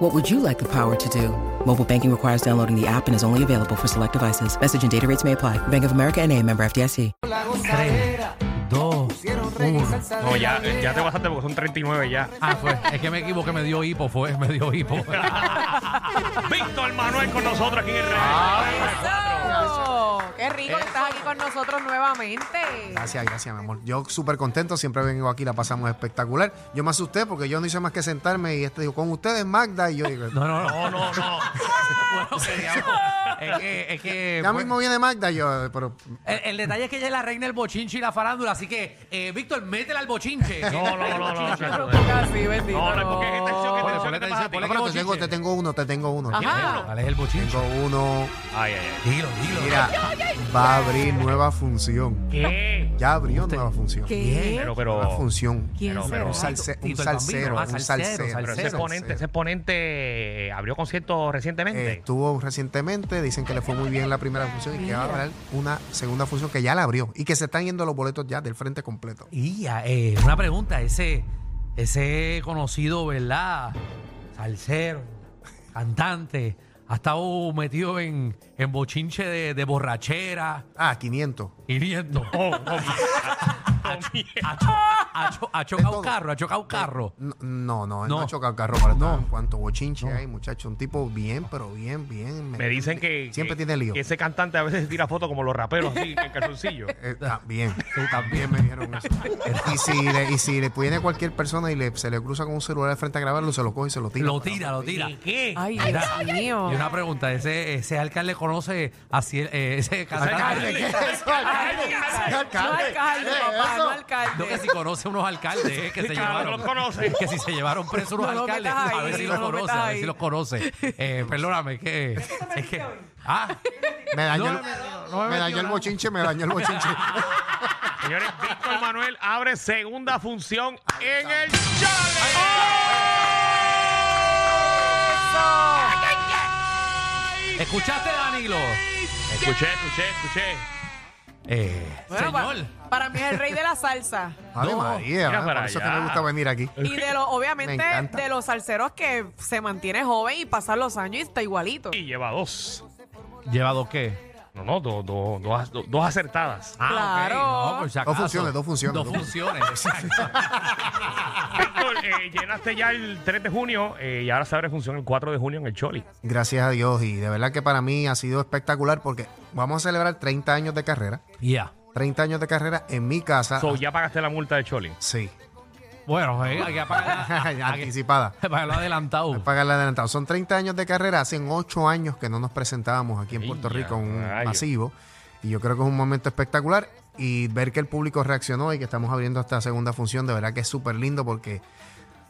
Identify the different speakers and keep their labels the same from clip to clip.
Speaker 1: What would you like the power to do? Mobile banking requires downloading the app and is only available for select devices. Message and data rates may apply. Bank of America and a member FDIC.
Speaker 2: 3, 2, 1.
Speaker 3: No, ya, eh, ya te basaste porque son 39 ya.
Speaker 2: Ah, fue. Es que me equivoqué, me dio hipo, fue, me dio hipo.
Speaker 3: Víctor Manuel con nosotros aquí en el Real.
Speaker 4: ¡Eso! ¡Qué rico que estás aquí con nosotros nuevamente!
Speaker 5: Gracias, gracias, mi amor. Yo súper contento, siempre vengo aquí, la pasamos espectacular. Yo me asusté porque yo no hice más que sentarme y este dijo, con ustedes Magda y yo digo,
Speaker 2: No, no, no, no, no. Bueno, que diablo. Es que, es que.
Speaker 5: ya
Speaker 2: pues,
Speaker 5: mismo viene Magda y yo, pero
Speaker 2: el, el detalle es que ella es la reina del bochinche y la farándula, así que, eh, Víctor, métela al bochinche.
Speaker 3: No, no, no, no,
Speaker 4: Pero
Speaker 3: no.
Speaker 4: poca así, bendito.
Speaker 3: No, no, porque este show que
Speaker 2: Ponle, ponle
Speaker 3: este show que te pasa a ti.
Speaker 2: atención, ponle-
Speaker 5: Bueno,
Speaker 2: que
Speaker 5: te tengo,
Speaker 2: bochinche.
Speaker 5: te tengo uno, te tengo uno.
Speaker 4: Ajá.
Speaker 2: ¿Cuál es el bochinche?
Speaker 5: Tengo uno.
Speaker 3: Ay, ay, ay.
Speaker 2: Dilo, dilo.
Speaker 5: Mira, va a abrir nueva función.
Speaker 3: ¿Qué?
Speaker 5: Ya abrió nueva función.
Speaker 4: ¿Qué?
Speaker 3: Pero,
Speaker 5: Nueva
Speaker 3: pero.
Speaker 5: función.
Speaker 4: ¿Quién
Speaker 3: Pero,
Speaker 4: será?
Speaker 3: pero,
Speaker 5: Un, salse- un
Speaker 2: Tito el
Speaker 5: salsero,
Speaker 2: Bambino, ah,
Speaker 5: un
Speaker 2: salsero,
Speaker 5: salsero.
Speaker 3: Pero ese
Speaker 2: Cero,
Speaker 3: exponente, ese exponente eh, abrió concierto
Speaker 5: Eh,
Speaker 3: recientemente.
Speaker 5: estuvo recientemente, dicen que le fue muy bien la
Speaker 4: Ah,
Speaker 5: primera función y que va a haber una segunda función que ya la abrió y que se están yendo los boletos ya del frente completo.
Speaker 2: Y ya, eh, una pregunta, ese, ese conocido, ¿verdad? Salsero, cantante, ha estado metido en, en bochinche de, de borrachera,
Speaker 5: Ah, 500.
Speaker 2: hiriendo.
Speaker 3: Oh, oh, oh, mierda.
Speaker 2: Ha, cho- ha cho- ha
Speaker 5: De
Speaker 2: chocado
Speaker 5: todo.
Speaker 2: carro, ha chocado carro.
Speaker 5: No, no, no, él
Speaker 2: Oh. No.
Speaker 5: no ha chocado carro para no. En cuanto bochinche hay, muchacho, un tipo bien, pero bien, bien.
Speaker 3: Me dicen que.
Speaker 5: Siempre
Speaker 3: que-
Speaker 5: tiene lío.
Speaker 3: Que ese cantante a veces tira fotos como los raperos así, en calzoncillo.
Speaker 5: Eh, también, también me dijeron eso. y si le, y si le viene cualquier persona y le, se le cruza con un celular al frente a grabarlo, se lo coge y se lo tira.
Speaker 2: Lo tira, lo tira.
Speaker 3: ¿Y qué?
Speaker 4: ¡Ay,
Speaker 2: Mira,
Speaker 4: Dios mío!
Speaker 2: Y una pregunta, ese, ese alcalde conoce a Ciel- eh, ese
Speaker 5: Alcalde, ¿qué
Speaker 2: cantante.
Speaker 5: es eso, alcalde? ¿Qué
Speaker 4: No
Speaker 5: alcalde?
Speaker 4: alcalde,
Speaker 5: ¿Qué es
Speaker 4: papá, no
Speaker 5: eso?
Speaker 2: No, que
Speaker 4: alcalde.
Speaker 2: si conoce unos alcaldes eh, que se
Speaker 3: Claro,
Speaker 2: llevaron.
Speaker 3: los conoce.
Speaker 2: Que si se llevaron presos unos
Speaker 4: No lo
Speaker 2: alcaldes.
Speaker 4: metas
Speaker 2: a ver
Speaker 4: ahí,
Speaker 2: si
Speaker 4: no
Speaker 2: los
Speaker 4: lo
Speaker 2: conoce,
Speaker 4: metas
Speaker 2: a ver si
Speaker 4: ahí.
Speaker 2: los conoce. Eh, perdóname, que. Es que. Ah,
Speaker 5: Me dañó,
Speaker 2: No,
Speaker 5: el-
Speaker 2: no, no me
Speaker 5: me
Speaker 2: metió
Speaker 5: dañó el
Speaker 2: nada.
Speaker 5: bochinche, me dañó el bochinche.
Speaker 3: Señores, Víctor Manuel abre segunda función en el Challenge.
Speaker 2: ¿escuchaste, Danilo?
Speaker 3: Escuché, escuché, escuché.
Speaker 2: Eh,
Speaker 4: Bueno, pa-
Speaker 2: señor.
Speaker 4: para, mí es el rey de la salsa.
Speaker 5: Ave
Speaker 2: No,
Speaker 3: mira
Speaker 5: María, ¿eh?
Speaker 3: para
Speaker 5: por eso es que
Speaker 3: allá.
Speaker 5: me gusta venir aquí.
Speaker 4: Y de los, obviamente,
Speaker 5: Me encanta.
Speaker 4: de los salseros que se mantiene joven y pasan los años y está igualito.
Speaker 3: Y lleva dos.
Speaker 2: ¿Llevado qué?
Speaker 3: No, no, do- do- do- as- do- dos acertadas.
Speaker 2: Ah, ok,
Speaker 4: Claro.
Speaker 2: no, por si
Speaker 5: Dos
Speaker 2: acaso.
Speaker 5: funciones, dos funciones,
Speaker 2: Dos
Speaker 5: dos
Speaker 2: funciones. exacto.
Speaker 3: Víctor, eh, llenaste ya el 3 de junio eh, y ahora se abre función el 4 de junio en el Choli.
Speaker 5: Gracias a Dios y de verdad que para mí ha sido espectacular porque vamos a celebrar 30 años de carrera.
Speaker 2: Ya.
Speaker 5: 30 años de carrera en mi casa.
Speaker 3: So, ya pagaste la multa de Choli.
Speaker 5: Sí,
Speaker 2: Bueno, eh, hay que apagar. hay que-
Speaker 5: anticipada.
Speaker 2: Pagarlo adelantado.
Speaker 5: Pagarla adelantado. Son 30 años de carrera. Hacen 8 años que no nos presentábamos aquí en Puerto
Speaker 3: Ya,
Speaker 5: Rico en un
Speaker 3: rayos.
Speaker 5: masivo. Y yo creo que es un momento espectacular. Y ver que el público reaccionó y que estamos abriendo esta segunda función, de verdad que es súper lindo porque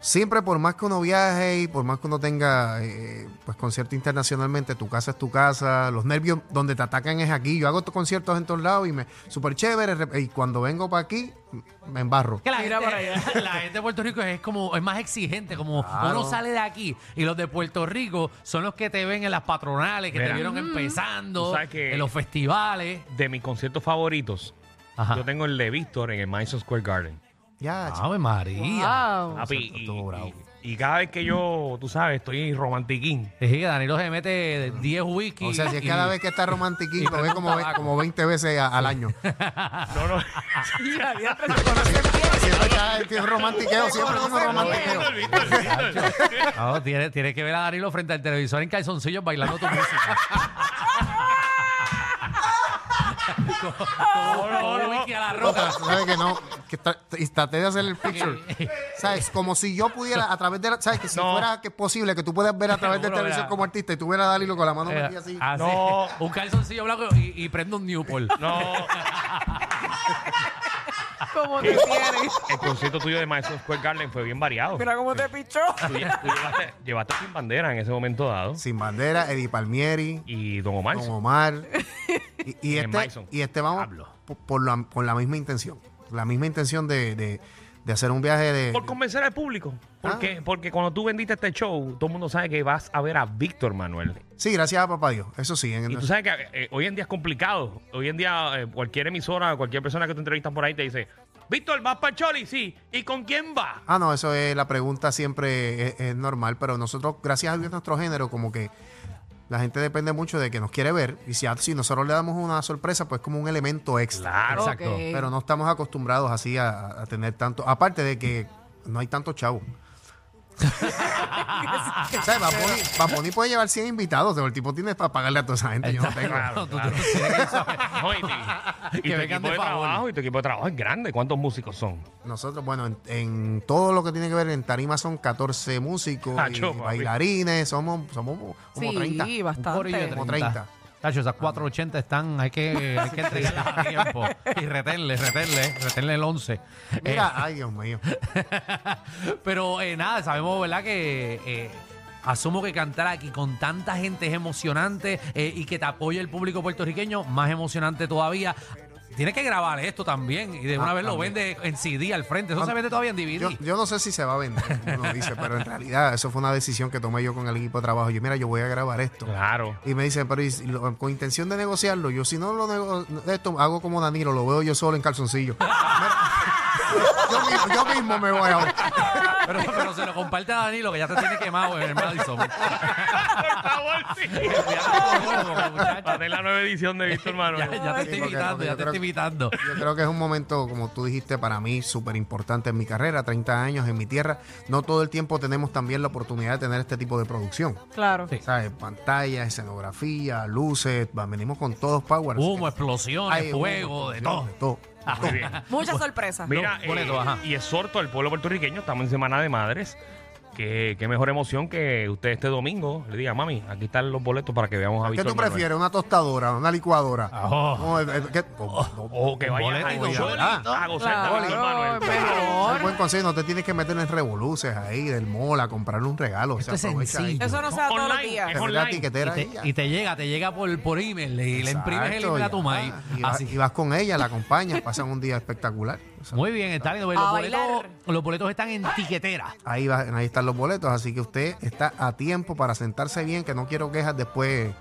Speaker 5: siempre por más que uno viaje y por más que uno tenga eh, pues concierto internacionalmente, tu casa es tu casa, los nervios donde te atacan es aquí. Yo hago estos conciertos en todos lados y me súper chévere. rep- Y cuando vengo para aquí, me embarro.
Speaker 2: Que la,
Speaker 4: Mira para
Speaker 2: gente, la gente de Puerto Rico es como es más exigente, como
Speaker 5: Claro.
Speaker 2: uno sale de aquí y los de Puerto Rico son los que te ven en las patronales, que
Speaker 3: Mira.
Speaker 2: te vieron
Speaker 3: Tú
Speaker 2: empezando,
Speaker 3: sabes que-
Speaker 2: en los festivales.
Speaker 3: De mis conciertos favoritos,
Speaker 2: Ajá.
Speaker 3: yo tengo el de Víctor en el Madison Square Garden.
Speaker 5: Ya, chico.
Speaker 2: Ave María.
Speaker 4: Wow.
Speaker 3: Papi,
Speaker 5: Concierto
Speaker 3: y,
Speaker 5: estuvo bravo.
Speaker 3: y- y cada vez que yo, tú sabes, estoy romantiquín.
Speaker 2: Es que Danilo se mete 10 whisky.
Speaker 5: O sea, si es
Speaker 2: y-
Speaker 5: cada vez que está romantiquín,
Speaker 2: y
Speaker 5: lo ve como, ve-
Speaker 2: tabaco.
Speaker 5: como 20 veces a- al año.
Speaker 3: No, no.
Speaker 4: Y la vida te conoce bien.
Speaker 5: Siempre está el tío romantiqueo, siempre como romantiqueo.
Speaker 3: Víctor, Víctor, Víctor.
Speaker 2: No, tiene, tiene que ver a Danilo frente al televisor en calzoncillos bailando tu música. Con- con- con
Speaker 3: no, no.
Speaker 2: whisky a la roca.
Speaker 5: Otra, ¿sabes que no? Que tra- y traté de hacer el picture. ¿Sabes? Como si yo pudiera, a través de la. ¿Sabes? Que si
Speaker 3: No.
Speaker 5: fuera que es posible que tú puedas ver a través del
Speaker 2: Seguro,
Speaker 5: televisor
Speaker 2: ¿verdad?
Speaker 5: como artista y tú vieras a Dalilo con la mano
Speaker 2: Eh,
Speaker 5: metida así.
Speaker 3: ah.
Speaker 2: así.
Speaker 3: No.
Speaker 2: Un calzoncillo blanco y, y prendo un Newport.
Speaker 3: No,
Speaker 4: Como te tienes.
Speaker 3: el concierto tuyo de Madison Square Garden fue bien variado.
Speaker 4: Mira cómo te pichó.
Speaker 3: Tú, lle- tú llevaste, llevaste sin bandera en ese momento dado.
Speaker 5: Sin bandera, Eddie Palmieri,
Speaker 3: Y Don Omar.
Speaker 5: Don Omar. Y, y
Speaker 3: En
Speaker 5: este,
Speaker 3: Mason.
Speaker 5: y este vamos.
Speaker 3: Pablo.
Speaker 5: po- por la- con la misma intención. La misma intención de, de- de hacer un viaje de.
Speaker 3: Por convencer al público.
Speaker 2: Ah.
Speaker 3: Porque, porque cuando tú vendiste este show, todo el mundo sabe que vas a ver a Víctor Manuel.
Speaker 5: Sí, gracias a papá Dios. Eso sí. en-
Speaker 3: Y tú sabes que eh, hoy en día es complicado. Hoy en día eh, cualquier emisora, cualquier persona que te entrevistan por ahí te dice, Víctor, ¿vas para el Choli? Sí. ¿Y con quién vas?
Speaker 5: Ah, no, eso es la pregunta siempre es, es normal, pero nosotros, gracias a Dios, nuestro género, como que la gente depende mucho de que nos quiere ver. Y si, a- si nosotros le damos una sorpresa, pues como un elemento extra.
Speaker 3: Claro.
Speaker 2: Exacto.
Speaker 4: Ok.
Speaker 5: Pero no estamos acostumbrados así a, a tener tanto. Aparte de que no hay tantos chavos. o sea, Paponi, puede llevar 100 invitados, pero el tipo tiene para pagarle a toda esa gente. Yo no tengo.
Speaker 3: Claro,
Speaker 2: Tú
Speaker 3: claro.
Speaker 2: tienes que saber.
Speaker 3: No, y tu- y
Speaker 2: Que
Speaker 3: tu
Speaker 2: vengan
Speaker 3: equipo
Speaker 2: de
Speaker 3: de
Speaker 2: favor.
Speaker 3: trabajo, y tu equipo de trabajo es grande. ¿Cuántos músicos son?
Speaker 5: Nosotros, bueno, en, en todo lo que tiene que ver en tarima son 14 músicos, y
Speaker 3: Acho, Ah, papi.
Speaker 5: bailarines, somos, somos como
Speaker 4: Sí,
Speaker 2: Un
Speaker 5: 30.
Speaker 2: corillo de
Speaker 4: bastante.
Speaker 5: Como 30.
Speaker 2: Tacho, esas 480 están, hay que, hay que entregarlas a tiempo. Y retenle, retenle, retenle el 11.
Speaker 5: Mira, ay Dios mío.
Speaker 2: Pero eh, nada, sabemos, ¿verdad? Que eh, asumo que cantar aquí con tanta gente es emocionante eh, y que te apoye el público puertorriqueño, más emocionante todavía. Tienes que grabar esto también y de una
Speaker 5: Ah,
Speaker 2: vez lo
Speaker 5: también.
Speaker 2: vende en CD al frente. Eso
Speaker 5: Ah,
Speaker 2: se vende todavía en DVD.
Speaker 5: Yo, yo no sé si se va a vender, como uno dice, pero en realidad eso fue una decisión que tomé yo con el equipo de trabajo. Yo, mira, yo voy a grabar esto.
Speaker 3: Claro.
Speaker 5: Y me dicen, pero y si lo- con intención de negociarlo, yo si no lo nego esto hago como Danilo, lo veo yo solo en calzoncillo. Mira, yo, mismo, yo mismo me voy a...
Speaker 2: Pero, pero se lo comparte a Danilo, que ya te tiene quemado en el Madison.
Speaker 3: Por favor, sí. Va a
Speaker 2: ya,
Speaker 3: tener la nueva edición de Víctor Manuel.
Speaker 2: ya te estoy
Speaker 5: Sí, porque-
Speaker 2: invitando,
Speaker 5: porque
Speaker 2: ya te
Speaker 5: yo creo
Speaker 2: estoy
Speaker 5: que-
Speaker 2: invitando.
Speaker 5: Yo creo que es un momento, como tú dijiste, para mí súper importante en mi carrera, 30 años en mi tierra. No todo el tiempo tenemos también la oportunidad de tener este tipo de producción.
Speaker 4: Claro.
Speaker 2: Sí.
Speaker 5: ¿Sabes? Pantalla, escenografía, luces, va, venimos con todos power. así
Speaker 2: Humo,
Speaker 5: que-
Speaker 2: explosiones,
Speaker 5: Ay, humo,
Speaker 2: fuego, de todo. Ah,
Speaker 5: todo.
Speaker 3: Muy bien.
Speaker 4: Muchas sorpresas.
Speaker 3: Mira,
Speaker 2: Los boletos,
Speaker 3: eh,
Speaker 2: ajá.
Speaker 3: y exhorto al pueblo puertorriqueño, estamos en Semana de Madres. que qué mejor emoción que usted este domingo le diga, mami, aquí están los boletos para que veamos a
Speaker 5: ¿Qué
Speaker 3: Víctor
Speaker 5: tú
Speaker 3: Manuel".
Speaker 5: prefieres? ¿Una tostadora? ¿Una licuadora?
Speaker 2: Ajá.
Speaker 5: No, eh, eh, ¿qué? Oh, no,
Speaker 3: O que vaya a
Speaker 2: boleto,
Speaker 3: Choli
Speaker 5: ¿verdad?
Speaker 3: a gozar de
Speaker 4: Claro,
Speaker 3: Víctor Manuel.
Speaker 4: mejor.
Speaker 5: Ese es buen consejo, no te tienes que meter en revoluces ahí del mall a comprarle un regalo.
Speaker 2: Esto
Speaker 5: se
Speaker 2: es
Speaker 5: aprovecha ahí.
Speaker 2: sencillo.
Speaker 4: Eso no se da todos los
Speaker 3: Online,
Speaker 4: días.
Speaker 5: Te metes
Speaker 3: Es
Speaker 5: la
Speaker 3: online.
Speaker 2: Y
Speaker 5: tiquetera
Speaker 2: te,
Speaker 5: ahí, ya.
Speaker 2: y te llega, te llega por, por email y le imprimes el
Speaker 5: Exacto,
Speaker 2: email a
Speaker 5: ya. Ah,
Speaker 2: tu mail.
Speaker 5: Y, vas-
Speaker 2: Así.
Speaker 5: y vas con ella, la acompañas, pasan un día espectacular. O sea,
Speaker 2: Muy bien, está lindo.
Speaker 4: A
Speaker 2: Los boletos,
Speaker 4: bailar.
Speaker 2: los boletos están en tiquetera.
Speaker 5: ahí, va- ahí están los boletos, así que usted está a tiempo para sentarse bien, que no quiero quejas después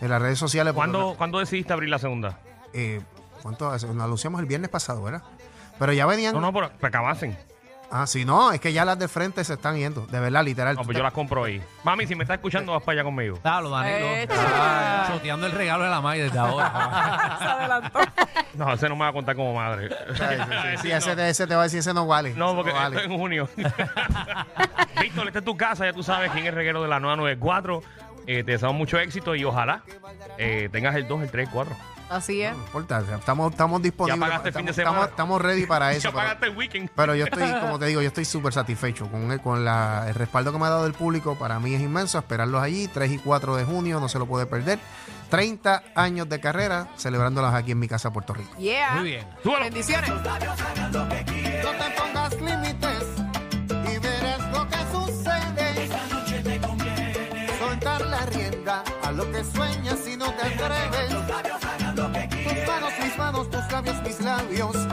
Speaker 5: en las redes sociales. porque-
Speaker 3: ¿Cuándo, ¿Cuándo decidiste abrir la segunda?
Speaker 5: Eh, ¿Cuánto? hace? Nos anunciamos el viernes pasado, ¿verdad? Pero ya venían...
Speaker 3: No, no, pero que acabasen.
Speaker 5: Ah, sí, no, es que ya las de frente se están yendo, de verdad, literal.
Speaker 3: No,
Speaker 5: Tú
Speaker 3: pues
Speaker 5: te-
Speaker 3: yo las compro ahí. Mami, si me estás escuchando, vas para allá conmigo.
Speaker 2: Dalo, Danilo.
Speaker 4: Eh,
Speaker 2: Ah, Choteando el regalo de la mail desde ahora.
Speaker 4: Se adelantó.
Speaker 3: No, ese no me va a contar como madre.
Speaker 5: Ay, sí, sí, sí, ese, te- ese te va a decir, ese no vale. ese
Speaker 3: No, porque
Speaker 5: vale.
Speaker 3: esto es en junio. Víctor, esta es tu casa, ya tú sabes quién es el reguero de la 994. Eh, te deseamos mucho éxito y ojalá eh, tengas el 2, el 3, el 4.
Speaker 4: Así es.
Speaker 5: No importa, o sea, estamos, estamos disponibles.
Speaker 3: pagaste el fin
Speaker 5: estamos,
Speaker 3: de semana.
Speaker 5: Estamos, estamos ready para eso.
Speaker 3: Ya
Speaker 5: pero,
Speaker 3: pagaste el weekend.
Speaker 5: pero yo estoy, como te digo, yo estoy súper satisfecho con, el, con la- el respaldo que me ha dado el público. Para mí es inmenso esperarlos allí, 3 y 4 de junio, no se lo puede perder. 30 años de carrera, celebrándolas aquí en mi casa, Puerto Rico.
Speaker 4: Yeah.
Speaker 2: Muy bien.
Speaker 3: Súbalo.
Speaker 4: Bendiciones.
Speaker 6: No te pongas límites y verás lo que sucede. Esta noche te conviene soltar la rienda a lo que sueñas y no te atreves. Tus manos, mis manos, tus labios, mis labios.